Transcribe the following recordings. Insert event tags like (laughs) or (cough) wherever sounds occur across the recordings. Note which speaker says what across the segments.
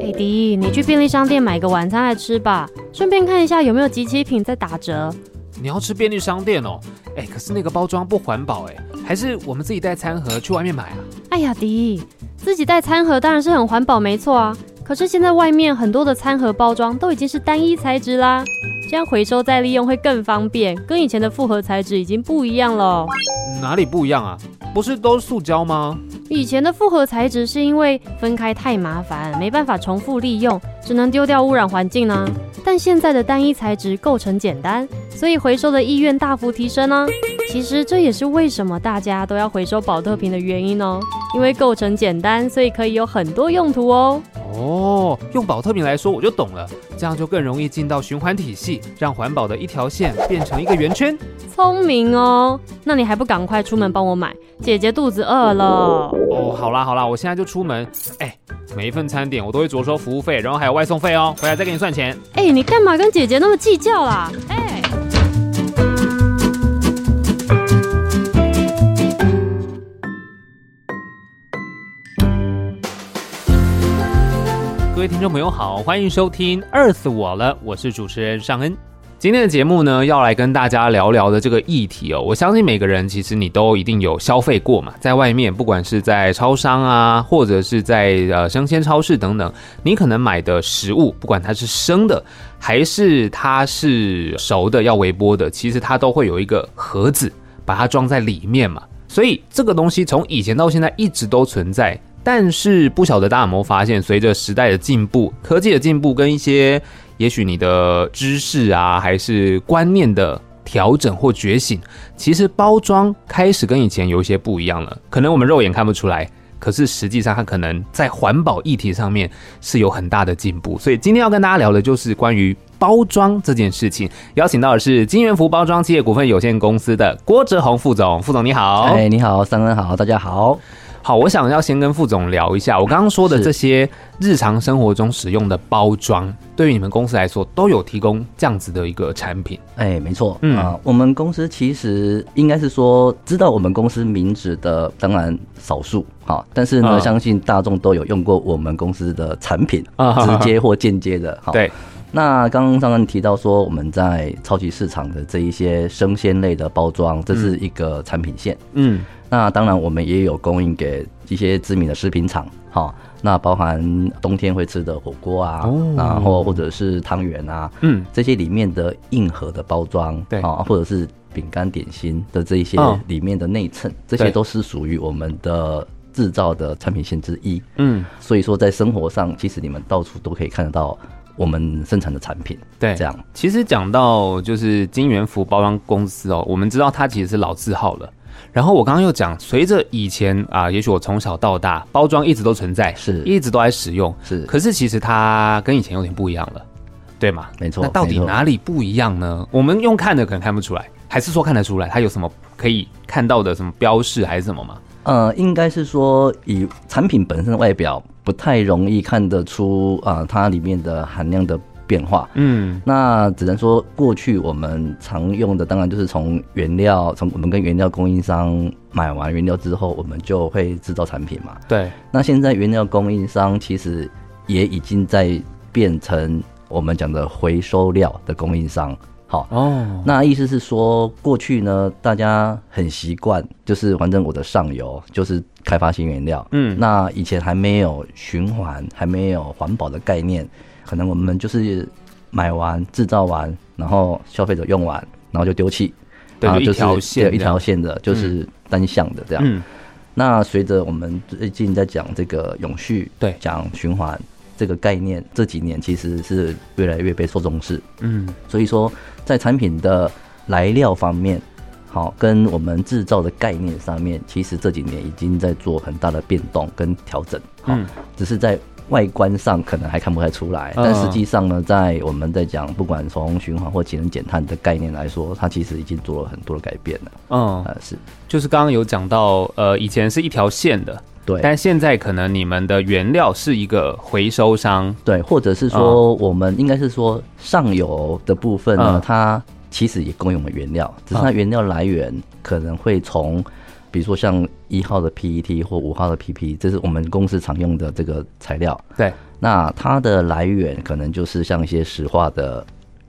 Speaker 1: 哎、迪，你去便利商店买个晚餐来吃吧，顺便看一下有没有集齐品在打折。
Speaker 2: 你要吃便利商店哦，哎，可是那个包装不环保哎，还是我们自己带餐盒去外面买啊？
Speaker 1: 哎呀，迪，自己带餐盒当然是很环保，没错啊。可是现在外面很多的餐盒包装都已经是单一材质啦，这样回收再利用会更方便，跟以前的复合材质已经不一样了。
Speaker 2: 哪里不一样啊？不是都是塑胶吗？
Speaker 1: 以前的复合材质是因为分开太麻烦，没办法重复利用，只能丢掉污染环境呢、但现在的单一材质构成简单，所以回收的意愿大幅提升呢、其实这也是为什么大家都要回收保特瓶的原因哦，因为构成简单，所以可以有很多用途哦。
Speaker 2: 哦，用保特瓶来说我就懂了，这样就更容易进到循环体系，让环保的一条线变成一个圆圈。
Speaker 1: 聪明哦，那你还不赶快出门帮我买？姐姐肚子饿了。
Speaker 2: 哦，好啦好啦，我现在就出门。哎，每一份餐点我都会着收服务费，然后还有外送费哦，回来再给你算钱。
Speaker 1: 哎、你干嘛跟姐姐那么计较啦？哎、
Speaker 2: 各位听众朋友好，欢迎收听《饿死我了》，我是主持人尚恩。今天的节目呢，要来跟大家聊聊的这个议题哦，我相信每个人其实你都一定有消费过嘛，在外面不管是在超商啊，或者是在呃生鲜超市等等，你可能买的食物，不管它是生的还是它是熟的要微波的，其实它都会有一个盒子，把它装在里面嘛。所以这个东西从以前到现在一直都存在，但是不晓得大家有没有发现，随着时代的进步、科技的进步跟一些也许你的知识啊，还是观念的调整或觉醒，其实包装开始跟以前有一些不一样了。可能我们肉眼看不出来，可是实际上它可能在环保议题上面是有很大的进步。所以今天要跟大家聊的就是关于包装这件事情。邀请到的是金元福包装企业股份有限公司的郭哲宏副总，副总你好。
Speaker 3: 哎，你好，三恩好，大家好。
Speaker 2: 好，我想要先跟副总聊一下，我刚刚说的
Speaker 3: 是
Speaker 2: 这些日常生活中使用的包装，对于你们公司来说都有提供这样子的一个产品。
Speaker 3: 哎，没错，
Speaker 2: 嗯
Speaker 3: 啊、我们公司其实应该是说，知道我们公司名字的当然少数啊，但是呢，
Speaker 2: 啊
Speaker 3: 相信大众都有用过我们公司的产品，
Speaker 2: 啊哈哈
Speaker 3: 直接或间接的。哈，
Speaker 2: 对，
Speaker 3: 那刚刚上恩提到说，我们在超级市场的这一些生鲜类的包装，这是一个产品线。
Speaker 2: 嗯，
Speaker 3: 那当然，我们也有供应给一些知名的食品厂，哈、那包含冬天会吃的火锅啊，
Speaker 2: 哦
Speaker 3: 然后或者是汤圆啊，
Speaker 2: 嗯，
Speaker 3: 这些里面的硬盒的包装，
Speaker 2: 对
Speaker 3: 啊，或者是饼干点心的这一些
Speaker 2: 嗯
Speaker 3: 里面的内衬，这些
Speaker 2: 对
Speaker 3: 都是属于我们的制造的产品线之一。
Speaker 2: 嗯，
Speaker 3: 所以说，在生活上，其实你们到处都可以看得到我们生产的产品。
Speaker 2: 对，
Speaker 3: 这样。
Speaker 2: 其实讲到就是金元福包装公司哦，我们知道它其实是老字号了。然后我刚刚又讲，随着以前啊，也许我从小到大包装一直都存在，
Speaker 3: 是
Speaker 2: 一直都在使用，
Speaker 3: 是
Speaker 2: 可是其实它跟以前有点不一样了，对吗？
Speaker 3: 没错
Speaker 2: 那到底
Speaker 3: 没错
Speaker 2: 哪里不一样呢？我们用看的可能看不出来，还是说看得出来？它有什么可以看到的什么标示还是什么吗？
Speaker 3: 呃，应该是说以产品本身的外表不太容易看得出啊、呃它里面的含量的变化。
Speaker 2: 嗯，
Speaker 3: 那只能说，过去我们常用的当然就是从原料，从我们跟原料供应商买完原料之后，我们就会制造产品嘛。
Speaker 2: 对，
Speaker 3: 那现在原料供应商其实也已经在变成我们讲的回收料的供应商。好，
Speaker 4: 哦，
Speaker 3: 那意思是说，过去呢，大家很习惯，就是反正我的上游就是开发新原料，
Speaker 4: 嗯
Speaker 3: 那以前还没有循环，还没有环保的概念，可能我们就是买完、制造完，然后消费者用完，然后就丢弃，
Speaker 2: 对
Speaker 3: 然后
Speaker 2: 就一
Speaker 3: 就是
Speaker 2: 条线
Speaker 3: 对一
Speaker 2: 这样
Speaker 3: 条线的，就是单向的这样。
Speaker 2: 嗯，
Speaker 3: 那随着我们最近在讲这个永续，
Speaker 2: 对
Speaker 3: 讲循环这个概念，这几年其实是越来越被受重视。
Speaker 2: 嗯，
Speaker 3: 所以说在产品的来料方面，好，跟我们制造的概念上面，其实这几年已经在做很大的变动跟调整。好，
Speaker 2: 嗯
Speaker 3: 只是在外观上可能还看不太出来，
Speaker 2: 嗯
Speaker 3: 但实际上呢，在我们在讲不管从循环或节能减碳的概念来说，它其实已经做了很多的改变了。
Speaker 2: 嗯，
Speaker 3: 呃，是
Speaker 2: 就是刚刚有讲到，呃，以前是一条线的，
Speaker 3: 对。
Speaker 2: 但现在可能你们的原料是一个回收商，
Speaker 3: 对，或者是说我们应该是说上游的部分呢，
Speaker 2: 嗯
Speaker 3: 它其实也供应我们原料，只是它原料来源可能会从，比如说像一号的 PET 或五号的 PP，这是我们公司常用的这个材料。
Speaker 2: 对，
Speaker 3: 那它的来源可能就是像一些石化的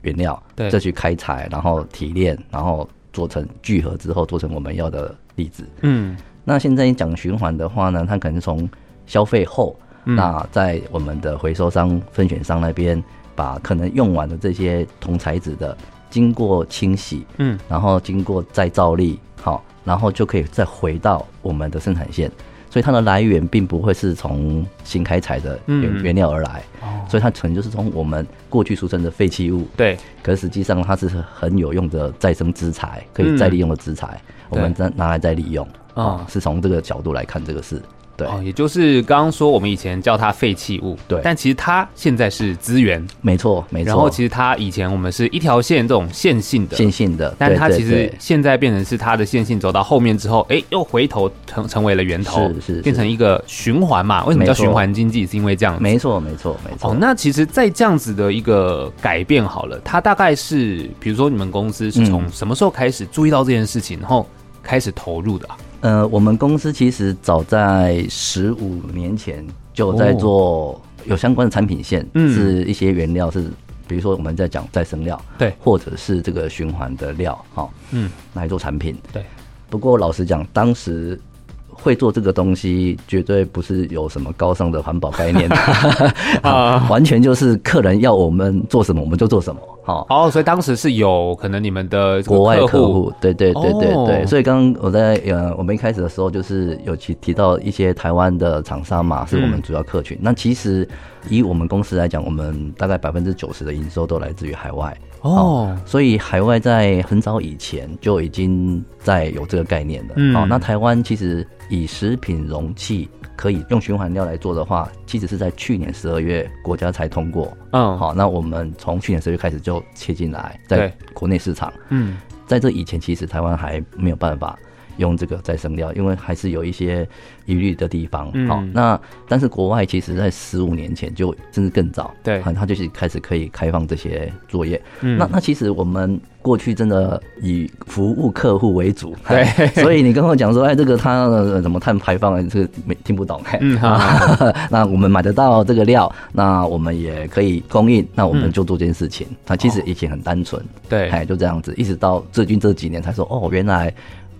Speaker 3: 原料，
Speaker 2: 对
Speaker 3: 再去开采，然后提炼，然后做成聚合之后做成我们要的粒子。
Speaker 2: 嗯，
Speaker 3: 那现在讲循环的话呢，它可能从消费后，
Speaker 2: 嗯
Speaker 3: 那在我们的回收商、分选商那边，把可能用完的这些同材质的，经过清洗，
Speaker 2: 嗯，
Speaker 3: 然后经过再造粒，好，然后就可以再回到我们的生产线。所以它的来源并不会是从新开采的原
Speaker 2: 嗯
Speaker 3: 原料而来，所以它可能就是从我们过去俗称的废弃物，
Speaker 2: 对，
Speaker 3: 可是实际上它是很有用的再生资材，可
Speaker 2: 嗯
Speaker 3: 以再利用的资材，我们再拿来再利用
Speaker 2: 哦
Speaker 3: 啊、是从这个角度来看这个事。对，
Speaker 2: 哦，也就是刚刚说我们以前叫它废弃物，
Speaker 3: 对
Speaker 2: 但其实它现在是资源，
Speaker 3: 没错，没错。
Speaker 2: 然后其实它以前我们是一条线这种线性的，
Speaker 3: 线性的，
Speaker 2: 但
Speaker 3: 对
Speaker 2: 它
Speaker 3: 对
Speaker 2: 其实
Speaker 3: 对
Speaker 2: 现在变成是它的线性走到后面之后，哎、又回头成成为了源头，
Speaker 3: 是是是
Speaker 2: 变成一个循环嘛？为什么
Speaker 3: 没
Speaker 2: 叫
Speaker 3: 错
Speaker 2: 循环经济？是因为这样子。
Speaker 3: 没错，没错，没错。
Speaker 2: 哦，那其实，在这样子的一个改变好了，它大概是，比如说你们公司是从
Speaker 3: 嗯
Speaker 2: 什么时候开始注意到这件事情，然后开始投入的、啊？
Speaker 3: 呃，我们公司其实早在十五年前就在做有相关的产品线，
Speaker 2: 哦嗯
Speaker 3: 是一些原料是，比如说我们在讲再生料，
Speaker 2: 对
Speaker 3: 或者是这个循环的料，哈、
Speaker 2: 嗯，
Speaker 3: 来做产品。
Speaker 2: 对，
Speaker 3: 不过老实讲，当时会做这个东西，绝对不是有什么高尚的环保概念啊，完全就是客人要我们做什么，我们就做什么。好、
Speaker 2: 哦，所以当时是有可能你们的这个
Speaker 3: 国外客
Speaker 2: 户
Speaker 3: 户，对对对对对，
Speaker 2: 哦
Speaker 3: 所以刚刚我在呃，我们一开始的时候就是有提提到一些台湾的厂商嘛，是我们
Speaker 2: 嗯
Speaker 3: 主要客群。那其实以我们公司来讲，我们大概百分之九十的营收都来自于海外，
Speaker 2: 哦，
Speaker 3: 所以海外在很早以前就已经在有这个概念了。
Speaker 2: 嗯
Speaker 3: 好、那台湾其实以食品容器可以用循环料来做的话，其实是在去年十二月国家才通过。
Speaker 2: 嗯，，
Speaker 3: 好，那我们从去年十二月开始就切进来，在
Speaker 2: 对
Speaker 3: 国内市场。
Speaker 2: 嗯，
Speaker 3: 在这以前，其实台湾还没有办法用这个再生料，因为还是有一些疑虑的地方。好、
Speaker 2: 嗯
Speaker 3: 那但是国外其实在十五年前就甚至更早，
Speaker 2: 对
Speaker 3: 啊它就是开始可以开放这些作业。
Speaker 2: 嗯
Speaker 3: 那那其实我们过去真的以服务客户为主，
Speaker 2: (laughs) 对
Speaker 3: 哎 (laughs) 所以你跟我讲说，哎，这个它呃怎么碳排放，哎这个 (laughs) 没听不懂，哎
Speaker 2: 嗯好
Speaker 3: 啊， (laughs) 那我们买得到这个料，那我们也可以供应，那我
Speaker 2: 嗯
Speaker 3: 们
Speaker 2: 哦
Speaker 3: 就做这件事情。它其实以前很单纯，
Speaker 2: 对，
Speaker 3: 哎，就这样子，一直到最近这几年才说，哦，原来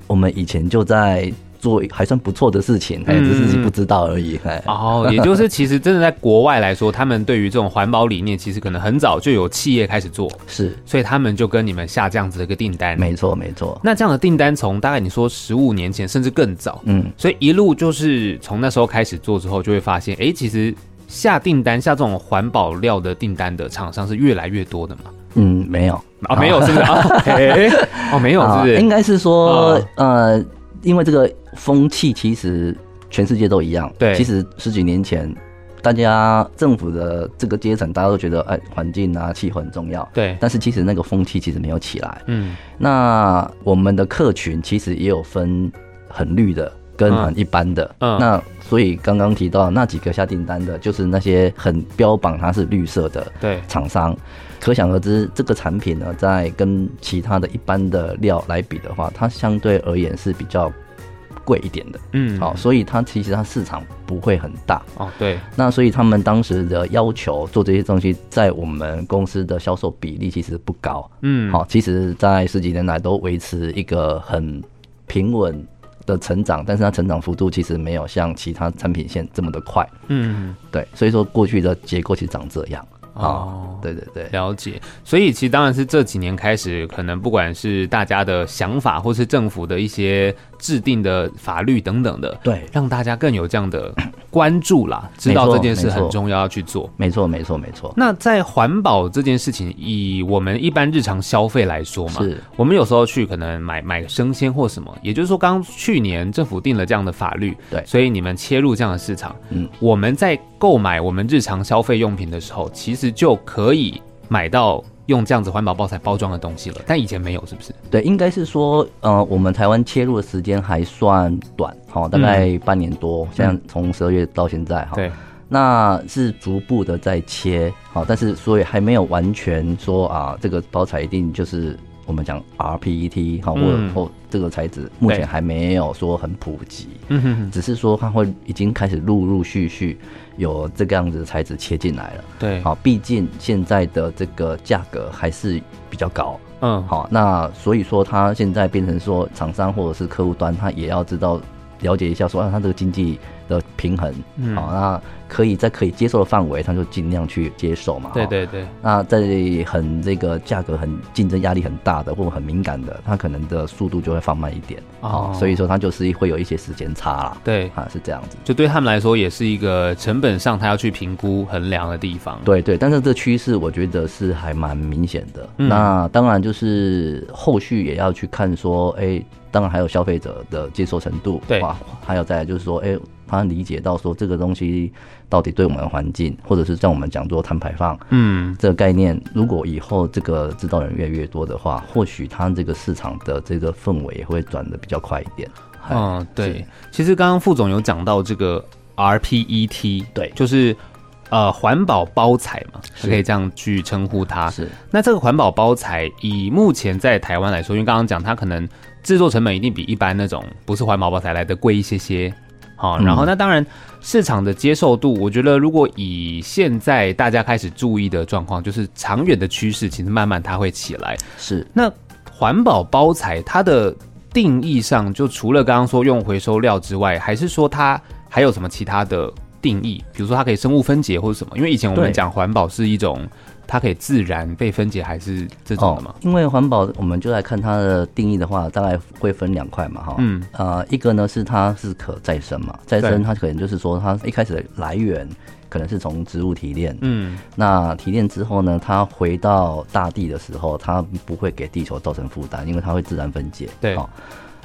Speaker 3: 我们以前就在做还算不错的事情，哎，
Speaker 2: 嗯
Speaker 3: 只是自己不知道而已，哎，
Speaker 2: 哦，也就是其实真的在国外来说，他们对于这种环保理念，其实可能很早就有企业开始做，
Speaker 3: 是，
Speaker 2: 所以他们就跟你们下这样子的一个订单。
Speaker 3: 没错，没错，
Speaker 2: 那这样的订单从大概你说十五年前，甚至更早，
Speaker 3: 嗯，
Speaker 2: 所以一路就是从那时候开始做之后，就会发现，哎，其实下订单下这种环保料的订单的厂商是越来越多的嘛。
Speaker 3: 嗯，没有，
Speaker 2: 啊，没有，是不是
Speaker 3: (laughs)
Speaker 2: 啊？嘿哦，没有，是不
Speaker 3: 啊，
Speaker 2: 是？
Speaker 3: 应该是说
Speaker 2: 啊，
Speaker 3: 呃，因为这个风气其实全世界都一样，
Speaker 2: 对
Speaker 3: 其实十几年前。大家政府的这个阶层，大家都觉得哎，环境啊、气候很重要。
Speaker 2: 对，
Speaker 3: 但是其实那个风气其实没有起来。
Speaker 2: 嗯，
Speaker 3: 那我们的客群其实也有分很绿的跟很一般的。
Speaker 2: 嗯嗯
Speaker 3: 那所以刚刚提到那几个下订单的，就是那些很标榜它是绿色的
Speaker 2: 对，
Speaker 3: 厂商，可想而知，这个产品呢，在跟其他的一般的料来比的话，它相对而言是比较贵一点的，
Speaker 2: 嗯，
Speaker 3: 好、所以它其实它市场不会很大。
Speaker 2: 哦，对，
Speaker 3: 那所以他们当时的要求做这些东西，在我们公司的销售比例其实不高。
Speaker 2: 嗯，
Speaker 3: 好、其实，在十几年来都维持一个很平稳的成长，但是它成长幅度其实没有像其他产品线这么的快。
Speaker 2: 嗯，
Speaker 3: 对，所以说过去的结构其实长这样。啊、
Speaker 2: 哦
Speaker 3: 对对对，
Speaker 2: 了解，所以其实当然是这几年开始，可能不管是大家的想法，或是政府的一些制定的法律等等的，
Speaker 3: 对
Speaker 2: 让大家更有这样的关注啦，知
Speaker 3: 没
Speaker 2: 道
Speaker 3: 错
Speaker 2: 这件事
Speaker 3: 没错
Speaker 2: 很重要，要去做。
Speaker 3: 没错没错没错，
Speaker 2: 那在环保这件事情，以我们一般日常消费来说嘛，
Speaker 3: 是
Speaker 2: 我们有时候去可能买买生鲜或什么，也就是说，刚去年政府定了这样的法律，
Speaker 3: 对
Speaker 2: 所以你们切入这样的市场，
Speaker 3: 嗯，
Speaker 2: 我们在购买我们日常消费用品的时候，其实就可以买到用这样子环保包材包装的东西了，但以前没有，是不是？
Speaker 3: 对，应该是说，呃，我们台湾切入的时间还算短，好、大概半年多，像从十二月到现在，哈、
Speaker 2: 嗯对，
Speaker 3: 那是逐步的在切，好，但是所以还没有完全说啊，这个包材一定就是我们讲 RPET 好，或
Speaker 2: 嗯
Speaker 3: 或这个材质，目
Speaker 2: 对
Speaker 3: 前还没有说很普及，
Speaker 2: 嗯哼哼，
Speaker 3: 只是说它会已经开始陆陆续续有这个样子的材质切进来了。
Speaker 2: 对，，
Speaker 3: 好，毕竟现在的这个价格还是比较高，
Speaker 2: 嗯，
Speaker 3: 好，那所以说它现在变成说厂商或者是客户端，他也要知道了解一下说，啊，它这个经济的平衡，
Speaker 2: 嗯
Speaker 3: 好，那可以在可以接受的范围，他就尽量去接受嘛。
Speaker 2: 对
Speaker 3: 哈。
Speaker 2: 对对，
Speaker 3: 那在很这个价格很竞争压力很大的或者很敏感的，它可能的速度就会放慢一点。
Speaker 2: 哦
Speaker 3: 好所以说它就是会有一些时间差啦。
Speaker 2: 对，
Speaker 3: 啊，是这样子。
Speaker 2: 就对他们来说也是一个成本上他要去评估衡量的地方。
Speaker 3: 对对，但是这趋势我觉得是还蛮明显的。
Speaker 2: 嗯
Speaker 3: 那当然就是后续也要去看说，哎，当然还有消费者的接受程度，
Speaker 2: 对
Speaker 3: 哇，还有再来就是说，哎，他理解到说这个东西到底对我们的环境，或者是像我们讲做碳排放
Speaker 2: 嗯，
Speaker 3: 这个概念，如果以后这个知道人越来越多的话，或许它这个市场的这个氛围也会转的比较快一点。嗨
Speaker 2: 嗯，对
Speaker 3: 是，
Speaker 2: 其实刚刚副总有讲到这个 E RPET，
Speaker 3: 对
Speaker 2: 就是呃环保包材嘛，
Speaker 3: 是
Speaker 2: 可以这样去称呼它。
Speaker 3: 是
Speaker 2: 那这个环保包材，以目前在台湾来说，因为刚刚讲它可能制作成本一定比一般那种不是环保包材来的贵一些些。好、
Speaker 3: 嗯
Speaker 2: 然后那当然市场的接受度，我觉得如果以现在大家开始注意的状况，就是长远的趋势，其实慢慢它会起来。
Speaker 3: 是，
Speaker 2: 那环保包材它的定义上，就除了刚刚说用回收料之外，还是说它还有什么其他的定义？比如说它可以生物分解或者什么？因为以前我们
Speaker 3: 对
Speaker 2: 讲环保是一种它可以自然被分解，还是这种的嘛？
Speaker 3: 哦？因为环保，我们就来看它的定义的话，大概会分两块嘛，哈。
Speaker 2: 嗯。
Speaker 3: 呃，一个呢是它是可再生嘛，再
Speaker 2: 对
Speaker 3: 生它可能就是说它一开始的来源可能是从植物提炼，
Speaker 2: 嗯，
Speaker 3: 那提炼之后呢，它回到大地的时候，它不会给地球造成负担，因为它会自然分解。
Speaker 2: 对
Speaker 3: 哦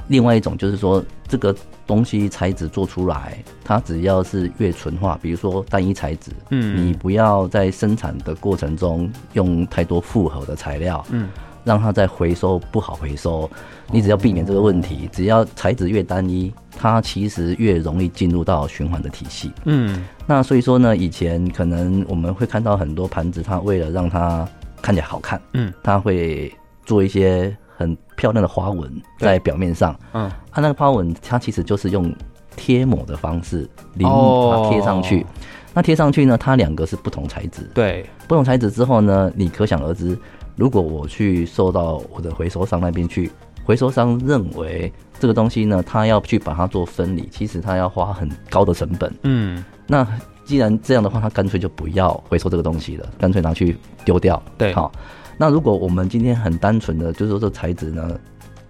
Speaker 3: 另外一种就是说，这个东西材质做出来，它只要是越纯化，比如说单一材质，
Speaker 2: 嗯
Speaker 3: 你不要在生产的过程中用太多复合的材料，
Speaker 2: 嗯，
Speaker 3: 让它再回收不好回收，你只要避免这个问题，
Speaker 2: 哦
Speaker 3: 只要材质越单一，它其实越容易进入到循环的体系。
Speaker 2: 嗯，
Speaker 3: 那所以说呢，以前可能我们会看到很多盘子，它为了让它看起来好看，
Speaker 2: 嗯，
Speaker 3: 它会做一些很漂亮的花纹
Speaker 2: 对
Speaker 3: 在表面上。啊
Speaker 2: 嗯，
Speaker 3: 它、那个花纹，它其实就是用贴膜的方式临
Speaker 2: 哦
Speaker 3: 把它贴上去。那贴上去呢，它两个是不同材质，
Speaker 2: 对，
Speaker 3: 不同材质之后呢，你可想而知，如果我去送到我的回收商那边去，回收商认为这个东西呢，他要去把它做分离，其实他要花很高的成本。
Speaker 2: 嗯，
Speaker 3: 那既然这样的话，他干脆就不要回收这个东西了，干脆拿去丢掉。
Speaker 2: 对
Speaker 3: 好。那如果我们今天很单纯的，就是说这材质呢，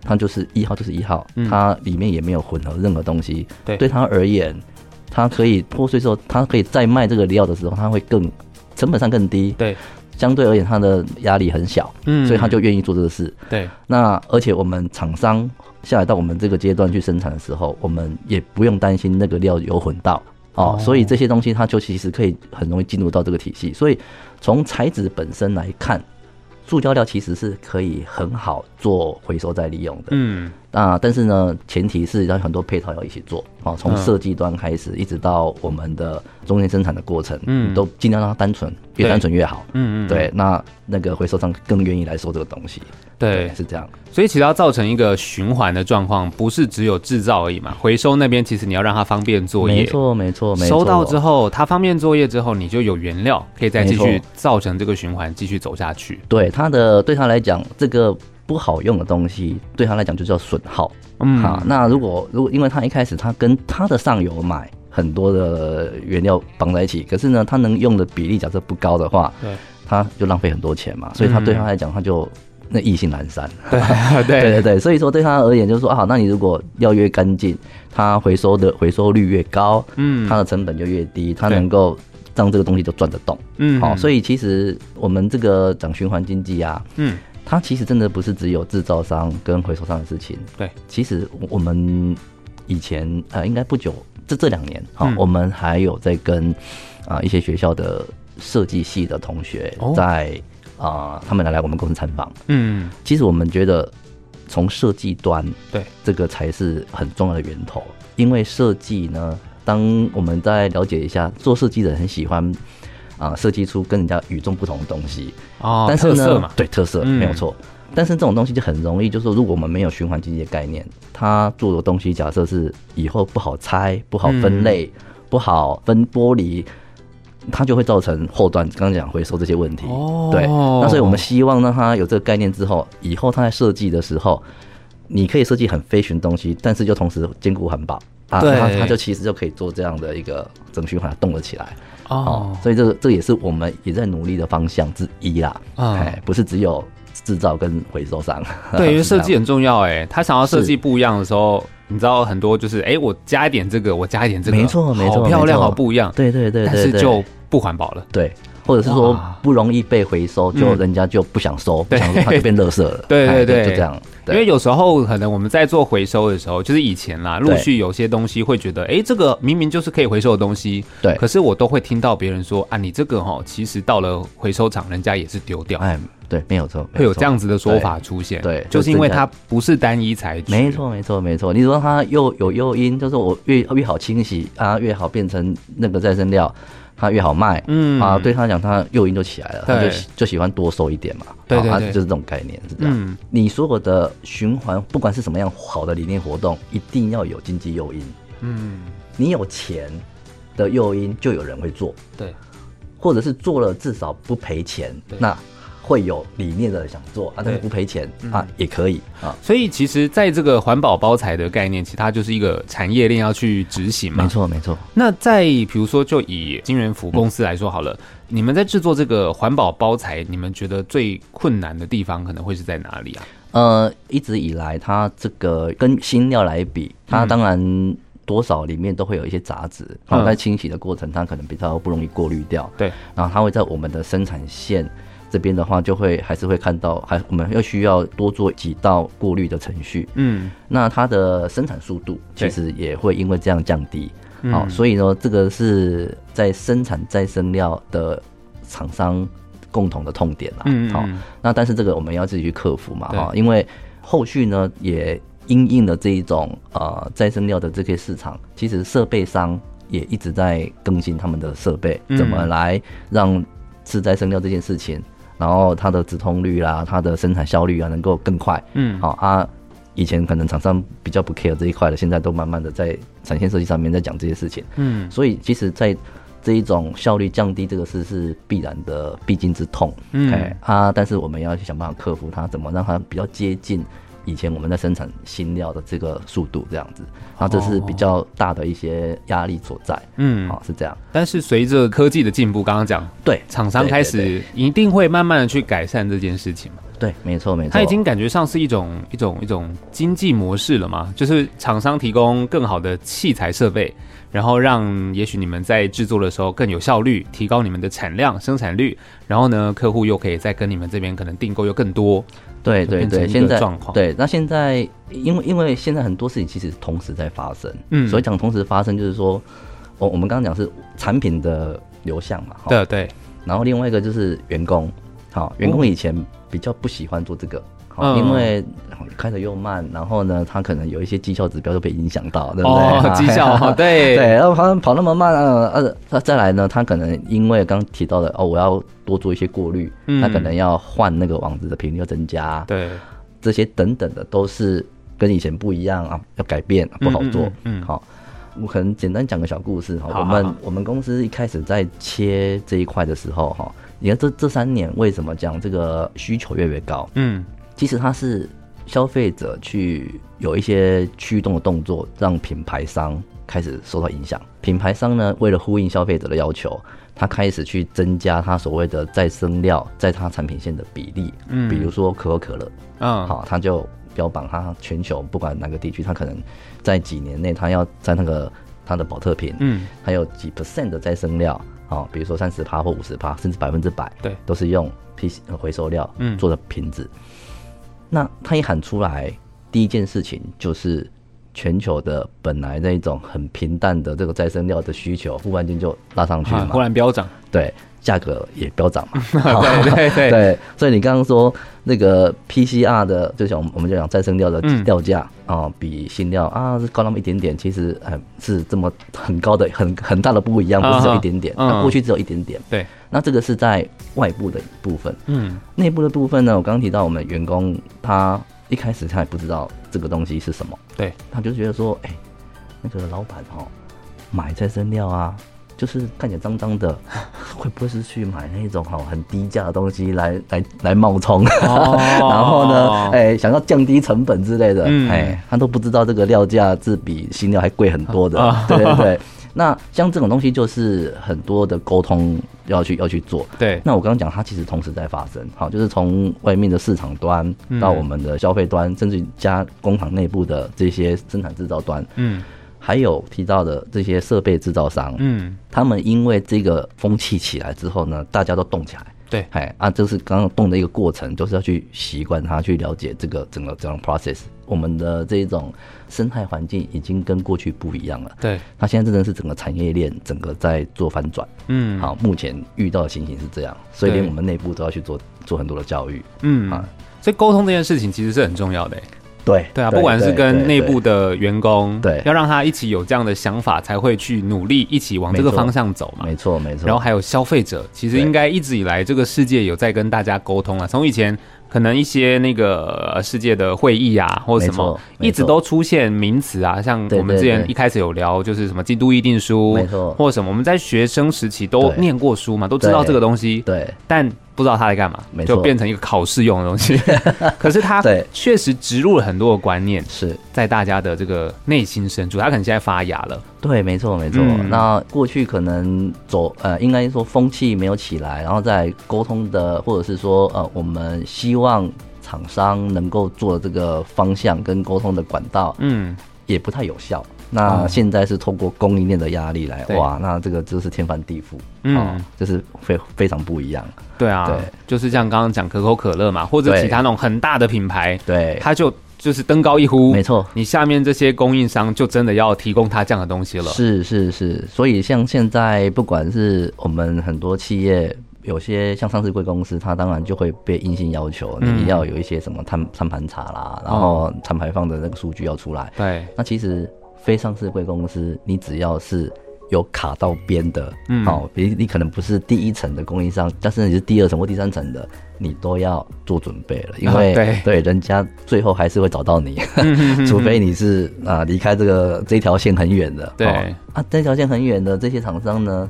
Speaker 3: 它就是一号就是一号，
Speaker 2: 嗯
Speaker 3: 它里面也没有混合任何东西。
Speaker 2: 对
Speaker 3: 对它而言，它可以破碎之后，它可以再卖这个料的时候，它会更成本上更低，
Speaker 2: 对，
Speaker 3: 相对而言它的压力很小，
Speaker 2: 嗯
Speaker 3: 所以他就愿意做这个事。
Speaker 2: 对，
Speaker 3: 那而且我们厂商下来到我们这个阶段去生产的时候，我们也不用担心那个料有混到哦
Speaker 2: 哦，
Speaker 3: 所以这些东西它就其实可以很容易进入到这个体系。所以从材质本身来看，塑胶料其实是可以很好做回收再利用的。
Speaker 2: 嗯，
Speaker 3: 那但是呢，前提是要很多配套要一起做哦，从
Speaker 2: 嗯
Speaker 3: 设计端开始，一直到我们的中间生产的过程，
Speaker 2: 嗯
Speaker 3: 都尽量让它单纯，
Speaker 2: 对
Speaker 3: 越单纯越好。
Speaker 2: 嗯
Speaker 3: 对，那那个回收商更愿意来收这个东西。
Speaker 2: 对，
Speaker 3: 是这样。
Speaker 2: 所以其实要造成一个循环的状况，不是只有制造而已嘛。回收那边其实你要让它方便作
Speaker 3: 没
Speaker 2: 业，
Speaker 3: 错，没错，没错。
Speaker 2: 收到之后它方便作业之后，你就有原料可以再继
Speaker 3: 没
Speaker 2: 续
Speaker 3: 错
Speaker 2: 造成这个循环，继续走下去。
Speaker 3: 对他的对他来讲，这个不好用的东西，对他来讲就叫损耗。
Speaker 2: 嗯，
Speaker 3: 好，那如果如果因为他一开始他跟他的上游买很多的原料绑在一起，可是呢，他能用的比例假设不高的话，
Speaker 2: 对，
Speaker 3: 他就浪费很多钱嘛，所以他
Speaker 2: 嗯
Speaker 3: 对他来讲，他就那意兴阑珊。 (laughs)
Speaker 2: 对
Speaker 3: 对
Speaker 2: 对
Speaker 3: 对对，所以说对他而言就是说啊，那你如果要越干净，它回收的回收率越高，
Speaker 2: 嗯
Speaker 3: 它的成本就越低，它
Speaker 2: 对
Speaker 3: 能够让这个东西就转得动。
Speaker 2: 嗯
Speaker 3: 好、所
Speaker 2: 以
Speaker 3: 以其实我们这个讲循环经济啊，
Speaker 2: 嗯
Speaker 3: 它其实真的不是只有制造商跟回收商的事情。
Speaker 2: 对，
Speaker 3: 其实我我们以前呃，应该不久，这这两年哈、
Speaker 2: 嗯
Speaker 3: 我们还有在跟啊、一些学校的设计系的同学
Speaker 2: 哦
Speaker 3: 在啊、他们来来我们公司参访。
Speaker 2: 嗯
Speaker 3: 其实我们觉得从设计端，
Speaker 2: 对
Speaker 3: 这个才是很重要的源头，因为设计呢，当我们再了解一下，做设计的人很喜欢。啊，设计出跟人家与众不同的东西，
Speaker 2: 哦，
Speaker 3: 但是
Speaker 2: 特
Speaker 3: 呢，
Speaker 2: 色嘛，
Speaker 3: 对特色、
Speaker 2: 嗯
Speaker 3: 没有错。但是这种东西就很容易，就是说如果我们没有循环经济的概念，它做的东西假设是以后不好拆、不好分类、不好分剥离，它就会造成后端刚刚讲回收这些问题。
Speaker 2: 哦
Speaker 3: 对，那所以我们希望让它有这个概念之后，以后它在设计的时候，你可以设计很非循东西，但是又同时兼顾环保啊，
Speaker 2: 对
Speaker 3: 那它它就其实就可以做这样的一个整循环动了起来。
Speaker 2: 哦
Speaker 3: 哦，，所以这个这也是我们也在努力的方向之一啦。
Speaker 2: 嗯
Speaker 3: 哎、不是只有制造跟回收商，
Speaker 2: 对，因为
Speaker 3: (laughs) 是这啊
Speaker 2: 设
Speaker 3: 样
Speaker 2: 计很重要哎，他想要设计不一样的时候，你知道很多就是哎，我加一点这个，我加一点这个，
Speaker 3: 没错没错
Speaker 2: 好漂
Speaker 3: 没
Speaker 2: 亮，
Speaker 3: 错
Speaker 2: 好不一样，
Speaker 3: 对对对对
Speaker 2: 但
Speaker 3: 对，
Speaker 2: 是就不环保了。
Speaker 3: 对。或者是说
Speaker 2: 哇嗯
Speaker 3: 不容易被回收，就人家就不想收，不
Speaker 2: 对
Speaker 3: 想收它就变垃圾了。
Speaker 2: 对对
Speaker 3: 哎
Speaker 2: 对
Speaker 3: 就这样。
Speaker 2: 因
Speaker 3: 对
Speaker 2: 为有时候可能我们在做回收的时候，就是以前啦，
Speaker 3: 对
Speaker 2: 陆续有些东西会觉得，哎，这个明明就是可以回收的东西，
Speaker 3: 对
Speaker 2: 可是我都会听到别人说啊，你这个哈，其实到了回收厂，人家也是丢掉，
Speaker 3: 哎，对，没有错，没
Speaker 2: 会有
Speaker 3: 错
Speaker 2: 这样子的说法出现。
Speaker 3: 对对
Speaker 2: 就是因为它不是单一材质，
Speaker 3: 没，错，没错，没错。你说它又有诱因，就是我越越好清洗啊，越好变成那个再生料，它越好卖。
Speaker 2: 嗯
Speaker 3: 啊，对他讲，它诱因就起来了，他就
Speaker 2: 对
Speaker 3: 喜就喜欢多收一点嘛。
Speaker 2: 对
Speaker 3: 啊
Speaker 2: 对
Speaker 3: 啊
Speaker 2: 对
Speaker 3: 就是这种概念是这样。
Speaker 2: 嗯，
Speaker 3: 你所有的循环，不管是什么样好的理念活动，一定要有经济诱因。
Speaker 2: 嗯，
Speaker 3: 你有钱的诱因，就有人会做，
Speaker 2: 对，
Speaker 3: 或者是做了至少不赔钱
Speaker 2: 对，
Speaker 3: 那会有理念的人想做啊，但
Speaker 2: 对嗯
Speaker 3: 是不赔钱啊也可以啊。
Speaker 2: 所以其实在这个环保包材的概念，其实它就是一个产业链要去执行嘛。
Speaker 3: 没。错，没错。
Speaker 2: 那在比如说，就以金源福公司来说好了，你们在制作这个环保包材，你们觉得最困难的地方可能会是在哪里啊？
Speaker 3: 呃，一直以来，它这个跟新料来比，它当然多少里面都会有一些杂质，
Speaker 2: 嗯
Speaker 3: 然后在清洗的过程，它可能比较不容易过滤掉。
Speaker 2: 对，
Speaker 3: 然后它会在我们的生产线这边的话，就会还是会看到，还我们又需要多做几道过滤的程序。
Speaker 2: 嗯，
Speaker 3: 那它的生产速度
Speaker 2: 对嗯
Speaker 3: 其实也会因为这样降低。好、所以呢，这个是在生产再生料的厂商共同的痛点啦。
Speaker 2: 嗯嗯
Speaker 3: 好、
Speaker 2: 嗯
Speaker 3: 那但是这个我们要自己去克服嘛，
Speaker 2: 对
Speaker 3: 哈、因为后续呢也因应了这一种呃再生料的这些市场，其实设备商也一直在更新他们的设备，
Speaker 2: 嗯
Speaker 3: 怎么来让吃再生料这件事情，然后它的直通率啦、它的生产效率啊能够更快，
Speaker 2: 嗯，
Speaker 3: 好、啊，以前可能厂商比较不 care 这一块的，现在都慢慢的在产线设计上面在讲这些事情。
Speaker 2: 嗯
Speaker 3: 所以其实，在这一种效率降低，这个事是必然的必经之痛。
Speaker 2: 嗯
Speaker 3: 哎啊，但是我们要去想办法克服它，怎么让它比较接近以前我们在生产新料的这个速度这样子。然后这是比较大的一些压力所在。
Speaker 2: 哦嗯
Speaker 3: 好、。是这样。
Speaker 2: 但是随着科技的进步，刚刚讲，
Speaker 3: 对，
Speaker 2: 厂商
Speaker 3: 对
Speaker 2: 开
Speaker 3: 对对
Speaker 2: 始一定会慢慢的去改善这件事情嘛。
Speaker 3: 对，没错没错。
Speaker 2: 它已经感觉上是一种一种一种经济模式了嘛，就是厂商提供更好的器材设备，然后让也许你们在制作的时候更有效率，提高你们的产量、生产率，然后呢，客户又可以再跟你们这边可能订购又更多。
Speaker 3: 对
Speaker 2: 就
Speaker 3: 对
Speaker 2: 变成
Speaker 3: 对，
Speaker 2: 一
Speaker 3: 现
Speaker 2: 个
Speaker 3: 在
Speaker 2: 状况
Speaker 3: 对，那现在因为因为现在很多事情其实同时在发生，
Speaker 2: 嗯
Speaker 3: 所以讲同时发生就是说，哦我我们刚刚讲是产品的流向嘛，哈
Speaker 2: 对对，
Speaker 3: 然后另外一个就是员工，好，员工以前比较不喜欢做这个，好，
Speaker 2: 哦嗯
Speaker 3: 因为好开的又慢，然后呢，他可能有一些绩效指标就被影响到，对不对？
Speaker 2: 哦
Speaker 3: (laughs) 啊，
Speaker 2: 绩效哦 (laughs) 对
Speaker 3: 对，然后跑跑那么慢，呃，呃，再来呢，他可能因为刚提到的哦，我要多做一些过滤，
Speaker 2: 嗯
Speaker 3: 他可能要换那个网址的频率要增加，
Speaker 2: 对，
Speaker 3: 这些等等的都是跟以前不一样啊，要改变，不好做，
Speaker 2: 嗯嗯嗯嗯
Speaker 3: 好。我可能简单讲个小故事哈，
Speaker 2: 好
Speaker 3: 我
Speaker 2: 好
Speaker 3: 们
Speaker 2: 好
Speaker 3: 我们公司一开始在切这一块的时候哈，你看这这三年为什么讲这个需求越来越高？
Speaker 2: 嗯
Speaker 3: 其实它是消费者去有一些驱动的动作，让品牌商开始受到影响。品牌商呢，为了呼应消费者的要求，他开始去增加他所谓的再生料在它产品线的比例。
Speaker 2: 嗯
Speaker 3: 比如说可口可乐，
Speaker 2: 嗯，
Speaker 3: 好，它就标榜它全球不管哪个地区，它可能在几年内，它要在那个它的保特瓶，
Speaker 2: 嗯
Speaker 3: 它有几 percent 的再生料，好、比如说三十趴或五十趴，甚至百分之百，
Speaker 2: 对
Speaker 3: 都是用 P 回收料
Speaker 2: 嗯
Speaker 3: 做的瓶子。那它一喊出来，第一件事情就是全球的本来那一种很平淡的这个再生料的需求，忽然间就拉上去
Speaker 2: 啊
Speaker 3: 嘛，
Speaker 2: 忽然飙涨，
Speaker 3: 对，价格也飙涨嘛。
Speaker 2: (laughs) 对对对
Speaker 3: 对，所以你刚刚说那个 PCR 的，就像我们我们就讲再生料的
Speaker 2: 嗯
Speaker 3: 掉价啊、比新料啊是高那么一点点，其实呃是这么很高的很很大的不一样，不是只有一点点，
Speaker 2: 嗯嗯
Speaker 3: 那过去只有一点点。
Speaker 2: 对，
Speaker 3: 那这个是在外部的部分，
Speaker 2: 嗯
Speaker 3: 内部的部分呢，我刚刚提到我们员工他一开始他也不知道这个东西是什么，
Speaker 2: 对，
Speaker 3: 他就觉得说，哎、那个老板哦，买再生料啊，就是看起来脏脏的， (laughs) 会不会是去买那种哦很低价的东西来来来冒充？ (laughs)
Speaker 2: 哦
Speaker 3: (laughs) 然后呢，哎、想要降低成本之类的，哎、
Speaker 2: 嗯
Speaker 3: 他都不知道这个料价是比新料还贵很多的，
Speaker 2: 啊
Speaker 3: 对对对。 (laughs) 那像这种东西，就是很多的沟通要去要去做，
Speaker 2: 对，
Speaker 3: 那我刚刚讲，它其实同时在发生，好，就是从外面的市场端
Speaker 2: 嗯
Speaker 3: 到我们的消费端，甚至加工厂内部的这些生产制造端，
Speaker 2: 嗯
Speaker 3: 还有提到的这些设备制造商，
Speaker 2: 嗯
Speaker 3: 他们因为这个风气起来之后呢，大家都动起来。
Speaker 2: 对
Speaker 3: 哎啊，这是刚刚动的一个过程，就是要去习惯它，去了解这个整个整个 process。我们的这种生态环境已经跟过去不一样了，
Speaker 2: 对，
Speaker 3: 它现在真的是整个产业链整个在做翻转。
Speaker 2: 嗯
Speaker 3: 好，目前遇到的情形是这样，所以
Speaker 2: 对
Speaker 3: 连我们内部都要去做做很多的教育。
Speaker 2: 嗯
Speaker 3: 啊，
Speaker 2: 所以沟通这件事情其实是很重要的欸。
Speaker 3: 对
Speaker 2: 对啊，不管是跟内部的员工，
Speaker 3: 对
Speaker 2: 要让他一起有这样的想法，才会去努力一起往这个
Speaker 3: 没错
Speaker 2: 方向走嘛。
Speaker 3: 没错没错，
Speaker 2: 然后还有消费者，其实
Speaker 3: 嗯对
Speaker 2: 应该一直以来这个世界有在跟大家沟通啊。从以前可能一些那个呃世界的会议啊，或者什
Speaker 3: 没
Speaker 2: 么
Speaker 3: 错，没错
Speaker 2: 一直都出现名词啊，像
Speaker 3: 对
Speaker 2: 我们之
Speaker 3: 对
Speaker 2: 前
Speaker 3: 对
Speaker 2: 一开始有聊，就是什么京都议定书，
Speaker 3: 没错
Speaker 2: 或者什么，我们在学生时期都
Speaker 3: 对
Speaker 2: 念过书嘛，都知道
Speaker 3: 对
Speaker 2: 这个东西，
Speaker 3: 对
Speaker 2: 但不知道它在干嘛
Speaker 3: 没，错
Speaker 2: 就变成一个考试用的东
Speaker 3: (laughs)
Speaker 2: 西。可是它
Speaker 3: 对
Speaker 2: 确实植入了很多的观念
Speaker 3: 是。
Speaker 2: 在大家的这个内心深处，它可能现在发芽了。
Speaker 3: 对，没错，没错。
Speaker 2: 嗯
Speaker 3: 那过去可能走呃，应该说风气没有起来，然后在沟通的，或者是说呃，我们希望厂商能够做的这个方向跟沟通的管道，
Speaker 2: 嗯，
Speaker 3: 也不太有效。那
Speaker 2: 嗯
Speaker 3: 现在是透过供应链的压力来，
Speaker 2: 对
Speaker 3: 哇，那这个就是天翻地覆，
Speaker 2: 嗯
Speaker 3: 哦就是非非常不一样。
Speaker 2: 对啊，
Speaker 3: 对
Speaker 2: 就是像刚刚讲可口可乐嘛，或者
Speaker 3: 对
Speaker 2: 其他那种很大的品牌，
Speaker 3: 对，
Speaker 2: 它就就是登高一呼，
Speaker 3: 没错
Speaker 2: 你下面这些供应商就真的要提供它这样的东西了。
Speaker 3: 是是是，所以像现在不管是我们很多企业，有些像上市贵公司，它当然就会被硬性要求，
Speaker 2: 嗯哦
Speaker 3: 你要有一些什么碳碳盘查啦，然后碳排放的那个数据要出来。
Speaker 2: 对，
Speaker 3: 那其实非上市贵公司，你只要是有卡到边的，
Speaker 2: 嗯
Speaker 3: 哦，比你可能不是第一层的供应商，但是你是第二层或第三层的，你都要做准备了，因为、
Speaker 2: 啊对
Speaker 3: 人家最后还是会找
Speaker 2: (laughs)
Speaker 3: 到你，
Speaker 2: 嗯
Speaker 3: 除非你是啊离、开这个这条线很远的，
Speaker 2: 对
Speaker 3: 哦啊这条线很远的这些厂商呢，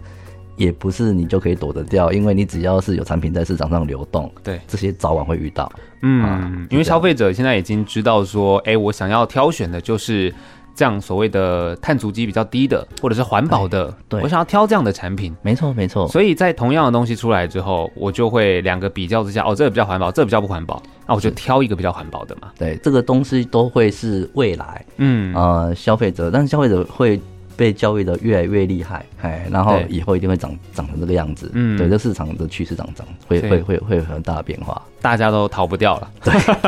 Speaker 3: 也不是你就可以躲得掉，因为你只要是有产品在市场上流动，
Speaker 2: 对
Speaker 3: 这些早晚会遇到，啊
Speaker 2: 嗯，因为
Speaker 3: 是这
Speaker 2: 消
Speaker 3: 样
Speaker 2: 费者现在已经知道说，哎，我想要挑选的就是这样所谓的碳足迹比较低的，或者是环保的，
Speaker 3: 哎对对哦
Speaker 2: 我想要挑这样的产品。
Speaker 3: 没错没错，
Speaker 2: 所以在同样的东西出来之后，我就会两个比较之下，哦，这个比较环保，这个比较不环保，那我就挑一个比较环保的嘛。
Speaker 3: 对这个东西都会是未来。
Speaker 2: 嗯，
Speaker 3: 呃消费者，但是消费者会被教育的越来越厉害，哎，然后
Speaker 2: 对
Speaker 3: 以后一定会长长成这个样子，
Speaker 2: 嗯
Speaker 3: 对，这市场的趋势长长会
Speaker 2: 对
Speaker 3: 会会会有很大的变化， (laughs)
Speaker 2: 大家都逃不掉了。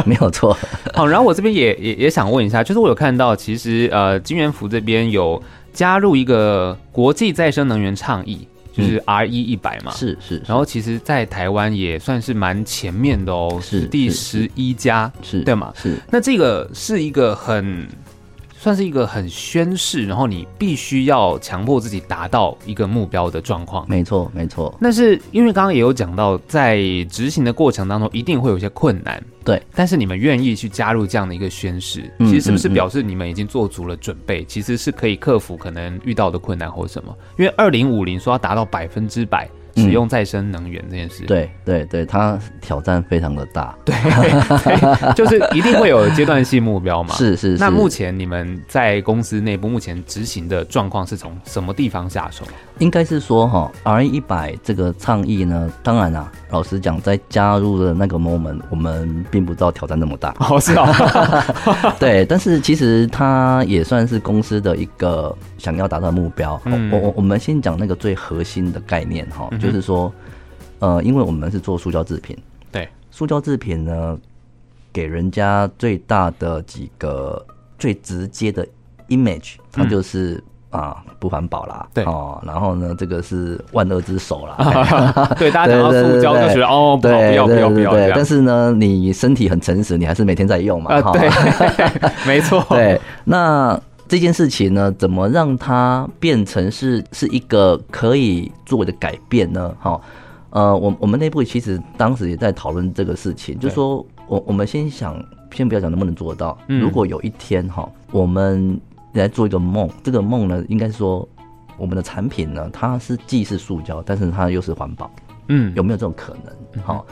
Speaker 3: 没
Speaker 2: (laughs)
Speaker 3: 有错，
Speaker 2: 好，然后我这边也也也想问一下，就是我有看到，其实呃，金元福这边有加入一个国际再生能源倡议，就是 R E 一百嘛。
Speaker 3: 嗯是是，
Speaker 2: 然后其实，在台湾也算是蛮前面的哦，
Speaker 3: 是
Speaker 2: 第
Speaker 3: 是
Speaker 2: 十一家。
Speaker 3: 是
Speaker 2: 对嘛
Speaker 3: 是
Speaker 2: 那这个是一个很，算是一个很宣誓，然后你必须要强迫自己达到一个目标的状况。
Speaker 3: 没错没错，
Speaker 2: 但是因为刚刚也有讲到，在执行的过程当中一定会有一些困难，
Speaker 3: 对。
Speaker 2: 但是你们愿意去加入这样的一个宣誓，
Speaker 3: 嗯
Speaker 2: 其实是不是
Speaker 3: 嗯嗯
Speaker 2: 表示你们已经做足了准备？其实是可以克服可能遇到的困难或什么？因为二零五零说要达到百分之百使用再生能源这件事，
Speaker 3: 嗯对对对，它挑战非常的大，对，
Speaker 2: 对， (laughs) 就是一定会有阶段性目标嘛。。
Speaker 3: 是是是。
Speaker 2: 那目前你们在公司内部目前执行的状况是从什么地方下手？，
Speaker 3: 应该是说哈、r 一百这个倡议呢，当然啊，老实讲，在加入的那个 moment，我们并不知道挑战那么大
Speaker 2: 哦，是哦，
Speaker 3: 对，但是其实它也算是公司的一个想要达到的目标。
Speaker 2: 嗯
Speaker 3: 我我我们先讲那个最核心的概念哈、
Speaker 2: 嗯哼
Speaker 3: 就是说，呃，因为我们是做塑胶制品，
Speaker 2: 对，
Speaker 3: 塑胶制品呢，给人家最大的几个最直接的 image，它就是。啊，不环保啦，
Speaker 2: 嗯对
Speaker 3: 哦，然后呢，这个是万恶之首啦，
Speaker 2: (laughs) 对，大家讲到
Speaker 3: 对对对
Speaker 2: 塑胶就
Speaker 3: 对
Speaker 2: 觉得哦，不好，不
Speaker 3: 对
Speaker 2: 要，不要，
Speaker 3: 对
Speaker 2: 不
Speaker 3: 对
Speaker 2: 要
Speaker 3: 对
Speaker 2: 这样
Speaker 3: 但。是呢，你身体很诚实，你还是每天在用嘛，
Speaker 2: 啊、
Speaker 3: (laughs) 哈
Speaker 2: 对，没错，
Speaker 3: 对，那这件事情呢，怎么让它变成是是一个可以做的改变呢？哈、呃，我我们内部其实当时也在讨论这个事情，就
Speaker 2: 对
Speaker 3: 说我我们先想，先不要讲能不能做到，
Speaker 2: 嗯
Speaker 3: 如果有一天哈、我们来做一个梦，这个梦呢，应该是说。我们的产品呢，它是既是塑胶，但是它又是环保，
Speaker 2: 嗯，
Speaker 3: 有没有这种可能？好、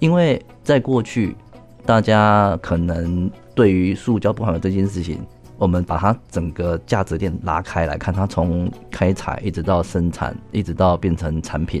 Speaker 3: 因为在过去，大家可能对于塑胶不环保这件事情，我们把它整个价值链拉开来看，它从开采一直到生产，一直到变成产品，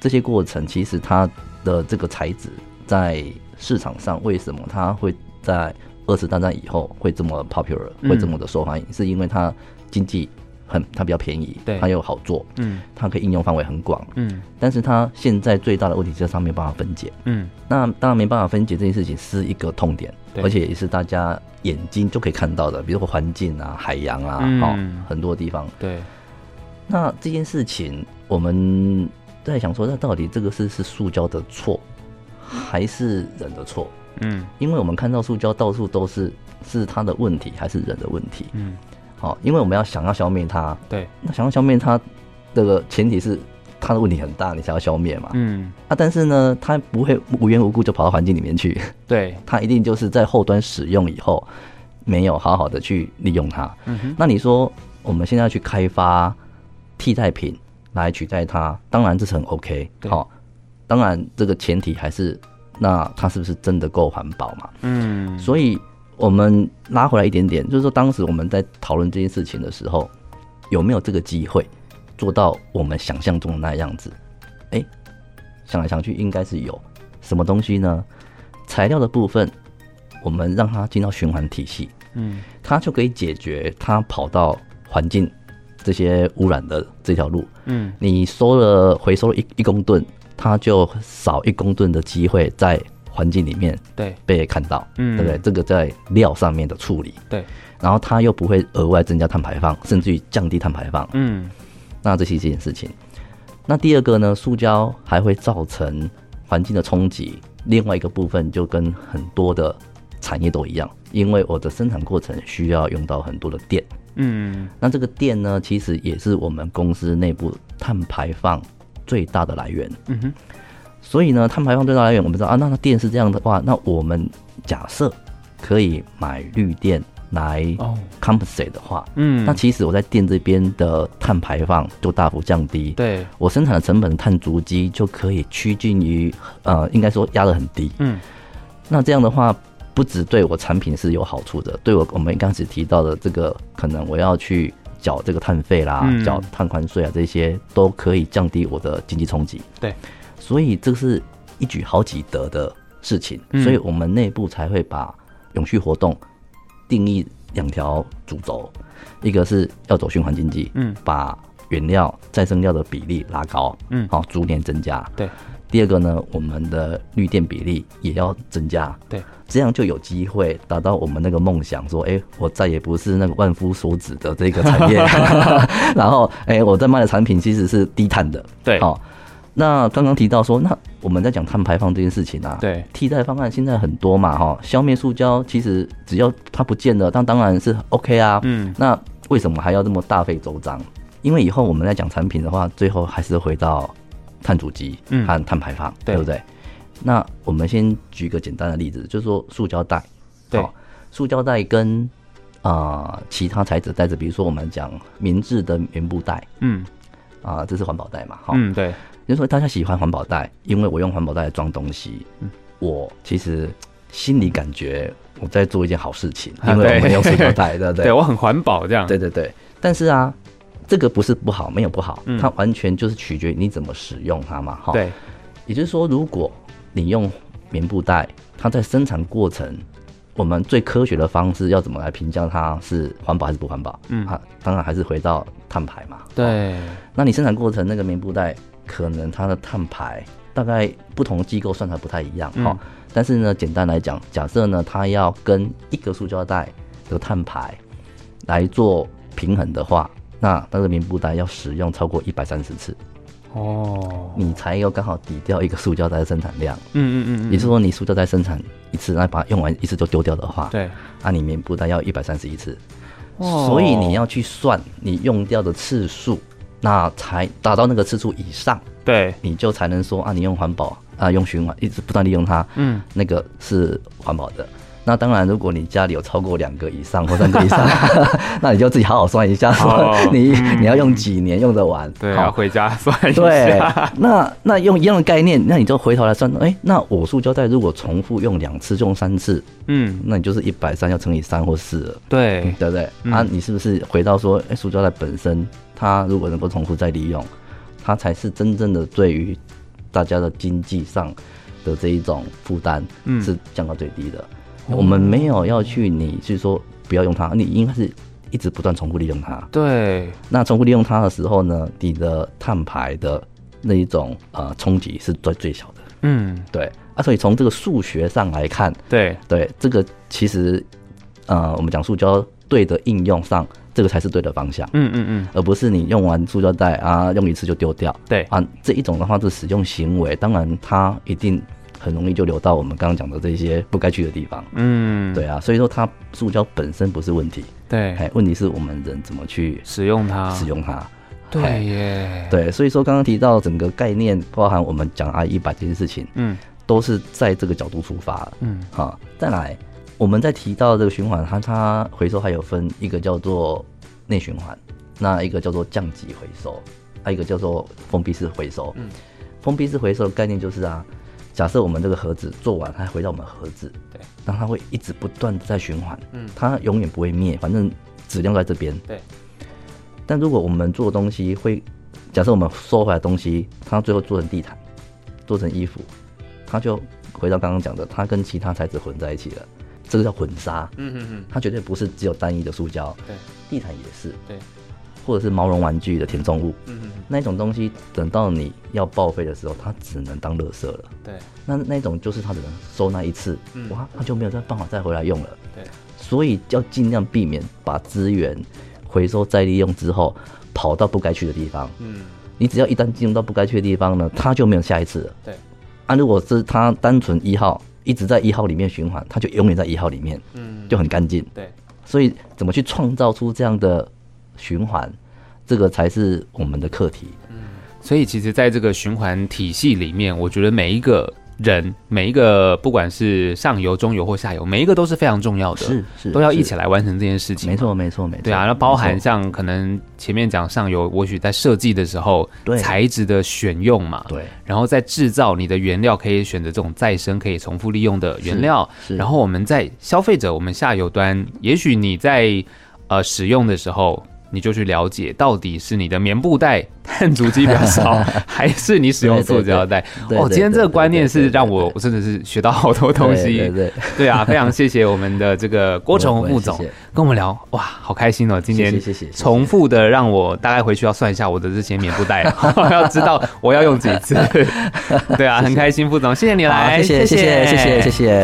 Speaker 3: 这些过程其实它的这个材质在市场上为什么它会在二次大战以后会这么 popular，
Speaker 2: 嗯
Speaker 3: 会这么的受欢迎，是因为它经济很它比较便宜
Speaker 2: 对，
Speaker 3: 它又好做，
Speaker 2: 嗯
Speaker 3: 它可以应用范围很广，
Speaker 2: 嗯
Speaker 3: 但是它现在最大的问题就是它没有办法分解。
Speaker 2: 嗯，
Speaker 3: 那当然没办法分解这件事情是一个痛点，
Speaker 2: 对
Speaker 3: 而且也是大家眼睛就可以看到的，比如说环境啊、海洋啊，
Speaker 2: 嗯
Speaker 3: 哦，很多地方。
Speaker 2: 对，
Speaker 3: 那这件事情，我们在想说，那到底这个是是塑胶的错，还是人的错？
Speaker 2: 嗯
Speaker 3: 因为我们看到塑胶到处都是，是它的问题还是人的问题？
Speaker 2: 嗯，
Speaker 3: 好、因为我们要想要消灭它，
Speaker 2: 对，
Speaker 3: 那想要消灭它，这个前提是它的问题很大，你才要消灭嘛。
Speaker 2: 嗯
Speaker 3: 啊，但是呢，它不会无缘无故就跑到环境里面去， (laughs)
Speaker 2: 对，
Speaker 3: 它一定就是在后端使用以后，没有好好的去利用它。
Speaker 2: 嗯哼，
Speaker 3: 那你说我们现在去开发替代品来取代它，当然这是很 OK，
Speaker 2: 对
Speaker 3: 好、当然这个前提还是那它是不是真的够环保嘛？
Speaker 2: 嗯
Speaker 3: 所以我们拉回来一点点，就是说当时我们在讨论这件事情的时候，有没有这个机会做到我们想象中的那样子？哎，想来想去应该是有。什么东西呢？材料的部分，我们让它进到循环体系，
Speaker 2: 嗯
Speaker 3: 它就可以解决它跑到环境这些污染的这条路。
Speaker 2: 嗯
Speaker 3: 你收了回收了一一公吨，它就少一公吨的机会在环境里面
Speaker 2: 对，
Speaker 3: 被看到。
Speaker 2: 嗯
Speaker 3: 对不对？这个在料上面的处理，
Speaker 2: 对，
Speaker 3: 然后它又不会额外增加碳排放，甚至于降低碳排放，
Speaker 2: 嗯
Speaker 3: 那这是一件事情。那第二个呢，塑胶还会造成环境的冲击。另外一个部分就跟很多的产业都一样，因为我的生产过程需要用到很多的电，
Speaker 2: 嗯
Speaker 3: 那这个电呢，其实也是我们公司内部碳排放最大的来源。
Speaker 2: 嗯哼，
Speaker 3: 所以呢，碳排放最大来源，我们知道啊，那那电是这样的话，那我们假设可以买绿电来
Speaker 2: 哦，
Speaker 3: compensate 的话，
Speaker 2: 嗯，
Speaker 3: 那其实我在电这边的碳排放就大幅降低，
Speaker 2: 对，
Speaker 3: 我生产的成本碳足迹就可以趋近于呃，应该说压得很低。
Speaker 2: 嗯
Speaker 3: 那这样的话，不只对我产品是有好处的，对我我们刚开始提到的这个，可能我要去缴这个碳费啦
Speaker 2: 嗯，
Speaker 3: 缴、碳宽税啊，这些都可以降低我的经济冲击。
Speaker 2: 对，
Speaker 3: 所以这是一举好几得的事情，
Speaker 2: 嗯
Speaker 3: 所以我们内部才会把永续活动定义两条主轴，一个是要走循环经济，
Speaker 2: 嗯
Speaker 3: 把原料再生料的比例拉高，
Speaker 2: 嗯
Speaker 3: 好、逐年增加。
Speaker 2: 对，
Speaker 3: 第二个呢，我们的绿电比例也要增加，
Speaker 2: 对，
Speaker 3: 这样就有机会达到我们那个梦想，说，哎、我再也不是那个万夫所指的这个产业， (laughs) 然后，哎、我在卖的产品其实是低碳的，
Speaker 2: 对
Speaker 3: 好、那刚刚提到说，那我们在讲碳排放这件事情啊，，
Speaker 2: 对
Speaker 3: 替代方案现在很多嘛，哈、消灭塑胶，其实只要它不见了，那当然是 OK 啊，
Speaker 2: 嗯，
Speaker 3: 那为什么还要这么大费周章？因为以后我们在讲产品的话，最后还是回到碳足迹
Speaker 2: 嗯
Speaker 3: 和碳排放，
Speaker 2: 对
Speaker 3: 对不对？那我们先举一个简单的例子，就是说塑胶袋，
Speaker 2: 对
Speaker 3: 好塑胶袋跟啊、呃其他材质袋子，比如说我们讲棉质的棉布袋
Speaker 2: 嗯
Speaker 3: 啊、这是环保袋嘛，哈、
Speaker 2: 嗯，对，
Speaker 3: 就是说大家喜欢环保袋，因为我用环保袋来装东西，
Speaker 2: 嗯
Speaker 3: 我其实心里感觉我在做一件好事情，
Speaker 2: 啊
Speaker 3: 因为我们
Speaker 2: 对
Speaker 3: 用塑胶袋，对不
Speaker 2: (laughs)
Speaker 3: 对？
Speaker 2: 对我很环保这样，
Speaker 3: 对对对，但是啊，这个不是不好，没有不好，
Speaker 2: 嗯
Speaker 3: 它完全就是取决于你怎么使用它嘛，哈。，
Speaker 2: 对
Speaker 3: 也就是说，如果你用棉布袋，它在生产过程，我们最科学的方式要怎么来评价它是环保还是不环保？
Speaker 2: 嗯
Speaker 3: 啊，当然还是回到碳排嘛。
Speaker 2: 对，
Speaker 3: 那你生产过程那个棉布袋，可能它的碳排大概不同机构算还不太一样哈、
Speaker 2: 嗯
Speaker 3: 齁但是呢，简单来讲，假设呢它要跟一个塑胶袋的碳排来做平衡的话，那那个棉布袋要使用超过一百三十次，
Speaker 2: 哦，
Speaker 3: 你才要刚好抵掉一个塑胶袋的生产量。
Speaker 2: 嗯嗯嗯
Speaker 3: 也就是说，你塑胶袋生产一次，那把它用完一次就丢掉的话，，
Speaker 2: 对，
Speaker 3: 那、你棉布袋要一百三十一次，
Speaker 2: 哦
Speaker 3: 所以你要去算你用掉的次数，那才达到那个次数以上。
Speaker 2: 对，
Speaker 3: 你就才能说啊，你用环保啊，用循环，一直不断利用它，
Speaker 2: 嗯，
Speaker 3: 那个是环保的。那当然，如果你家里有超过两个以上或三个
Speaker 2: (laughs)
Speaker 3: 以上，那你就自己好好算一下，说
Speaker 2: 哦
Speaker 3: 你、
Speaker 2: 嗯
Speaker 3: 你要用几年用得完。
Speaker 2: 对，
Speaker 3: 好
Speaker 2: 要回家算一
Speaker 3: 对
Speaker 2: 下，，
Speaker 3: 那那用一样的概念，那你就回头来算，哎、那我塑胶袋如果重复用两次、用三次，
Speaker 2: 嗯，
Speaker 3: 那你就是一百三要乘以三或四了，
Speaker 2: 对，
Speaker 3: 对不对？
Speaker 2: 嗯
Speaker 3: 啊，你是不是回到说，哎、塑胶袋本身，它如果能够重复再利用，它才是真正的对于大家的经济上的这一种负担
Speaker 2: 嗯哦
Speaker 3: 是降到最低的。我们没有要去你去说不要用它，你应该是一直不断重复利用它。
Speaker 2: 对，
Speaker 3: 那重复利用它的时候呢，你的碳排的那一种呃冲击是最最小的。
Speaker 2: 嗯，
Speaker 3: 对啊，所以从这个数学上来看，
Speaker 2: 对，
Speaker 3: 对，这个其实，呃，我们讲塑胶对的应用上，这个才是对的方向，
Speaker 2: 嗯嗯嗯，
Speaker 3: 而不是你用完塑胶袋啊，用一次就丢掉
Speaker 2: 对，
Speaker 3: 啊。这一种的话，这使用行为，当然它一定很容易就流到我们刚刚讲的这些不该去的地方。
Speaker 2: 嗯，
Speaker 3: 对啊，所以说它塑胶本身不是问题，
Speaker 2: 对，
Speaker 3: 哎，问题是我们人怎么去
Speaker 2: 使用它，
Speaker 3: 使，用它。
Speaker 2: 对
Speaker 3: 哎
Speaker 2: 耶，，
Speaker 3: 对，所以说刚刚提到整个概念，包含我们讲 I 一百这件事情，
Speaker 2: 嗯
Speaker 3: 都是在这个角度出发的。
Speaker 2: 嗯，
Speaker 3: 好，再来，我们在提到这个循环，它它回收还有分一个叫做内循环，那一个叫做降级回收，啊还有一个叫做封闭式回收。
Speaker 2: 嗯，
Speaker 3: 封闭式回收的概念就是啊，假设我们这个盒子做完，它回到我们盒子，
Speaker 2: 对，
Speaker 3: 那它会一直不断的在循环，
Speaker 2: 嗯
Speaker 3: 它永远不会灭，反正质量在这边。
Speaker 2: 对，
Speaker 3: 但如果我们做的东西会，假设我们收回来的东西，它最后做成地毯，做成衣服，它就回到刚刚讲的，它跟其他材质混在一起了，这个叫混纱，
Speaker 2: 嗯嗯嗯，
Speaker 3: 它绝对不是只有单一的塑胶，
Speaker 2: 对，
Speaker 3: 地毯也是，
Speaker 2: 对，
Speaker 3: 或者是毛绒玩具的填充物，
Speaker 2: 嗯嗯，
Speaker 3: 那一种东西，等到你要报废的时候，它只能当垃圾了。
Speaker 2: 对，
Speaker 3: 那那一种就是它只能收纳一次，
Speaker 2: 嗯
Speaker 3: 哇，它就没有再办法再回来用了。
Speaker 2: 对，
Speaker 3: 所以要尽量避免把资源回收再利用之后跑到不该去的地方。
Speaker 2: 嗯，
Speaker 3: 你只要一旦进入到不该去的地方呢，它就没有下一次了。
Speaker 2: 对，
Speaker 3: 啊，如果是它单纯一号一直在一号里面循环，它就永远在一号里面，
Speaker 2: 嗯，
Speaker 3: 就很干净。
Speaker 2: 对，
Speaker 3: 所以怎么去创造出这样的循环，这个才是我们的课题。
Speaker 2: 所以其实，在这个循环体系里面，我觉得每一个人，每一个不管是上游、中游或下游，每一个都是非常重要的，
Speaker 3: 是是
Speaker 2: 都要一
Speaker 3: 是
Speaker 2: 起来完成这件事情。
Speaker 3: 没。错，没错，没错。
Speaker 2: 对啊，那包含
Speaker 3: 没错
Speaker 2: 像可能前面讲上游，或许在设计的时候，
Speaker 3: 对
Speaker 2: 材质的选用嘛，
Speaker 3: 对
Speaker 2: 然后在制造你的原料可以选择这种再生、可以重复利用的原料，
Speaker 3: 是是
Speaker 2: 然后我们在消费者，我们下游端，也许你在呃使用的时候，你就去了解到底是你的棉布袋碳足迹比较少，
Speaker 3: (laughs)
Speaker 2: 还是你使用塑胶袋。
Speaker 3: 对对对
Speaker 2: 哦，
Speaker 3: 对
Speaker 2: 今天这个
Speaker 3: 对
Speaker 2: 观念是
Speaker 3: 对对
Speaker 2: 让我我真的是学到好多东西。
Speaker 3: 对对对，
Speaker 2: (laughs) 对啊，非常谢谢我们的这个郭崇
Speaker 3: 不
Speaker 2: 宏
Speaker 3: 会不会
Speaker 2: 副总
Speaker 3: 谢谢
Speaker 2: 跟我们聊，哇，好开心哦！今
Speaker 3: 谢
Speaker 2: 年
Speaker 3: 谢谢谢
Speaker 2: 重复的让我大概回去要算一下我的这些棉布
Speaker 3: (laughs)
Speaker 2: 袋， (laughs) 要知道我要用几次。对啊，很开心，副总，谢谢你
Speaker 3: 好，
Speaker 2: 来，
Speaker 3: 谢谢谢谢谢谢谢谢。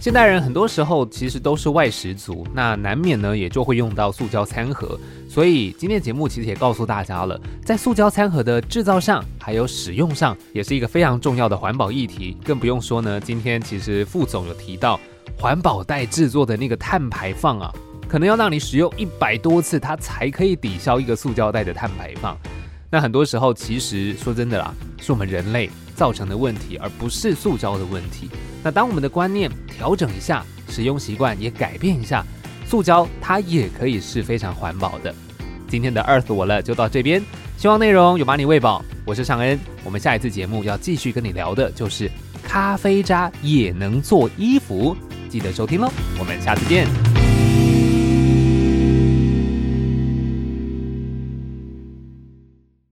Speaker 2: 现代人很多时候其实都是外食族，那难免呢也就会用到塑胶餐盒，所以今天节目其实也告诉大家了，在塑胶餐盒的制造上还有使用上，也是一个非常重要的环保议题。更不用说呢，今天其实副总有提到环保袋制作的那个碳排放啊，可能要让你使用一百多次，它才可以抵消一个塑胶袋的碳排放。那很多时候，其实说真的啦，是我们人类造成的问题，而不是塑胶的问题。那当我们的观念调整一下，使用习惯也改变一下，塑胶它也可以是非常环保的。今天的 Earth 我了就到这边，希望内容有把你喂饱。我是尚恩，我们下一次节目要继续跟你聊的就是咖啡渣也能做衣服，记得收听喽，我们下次见，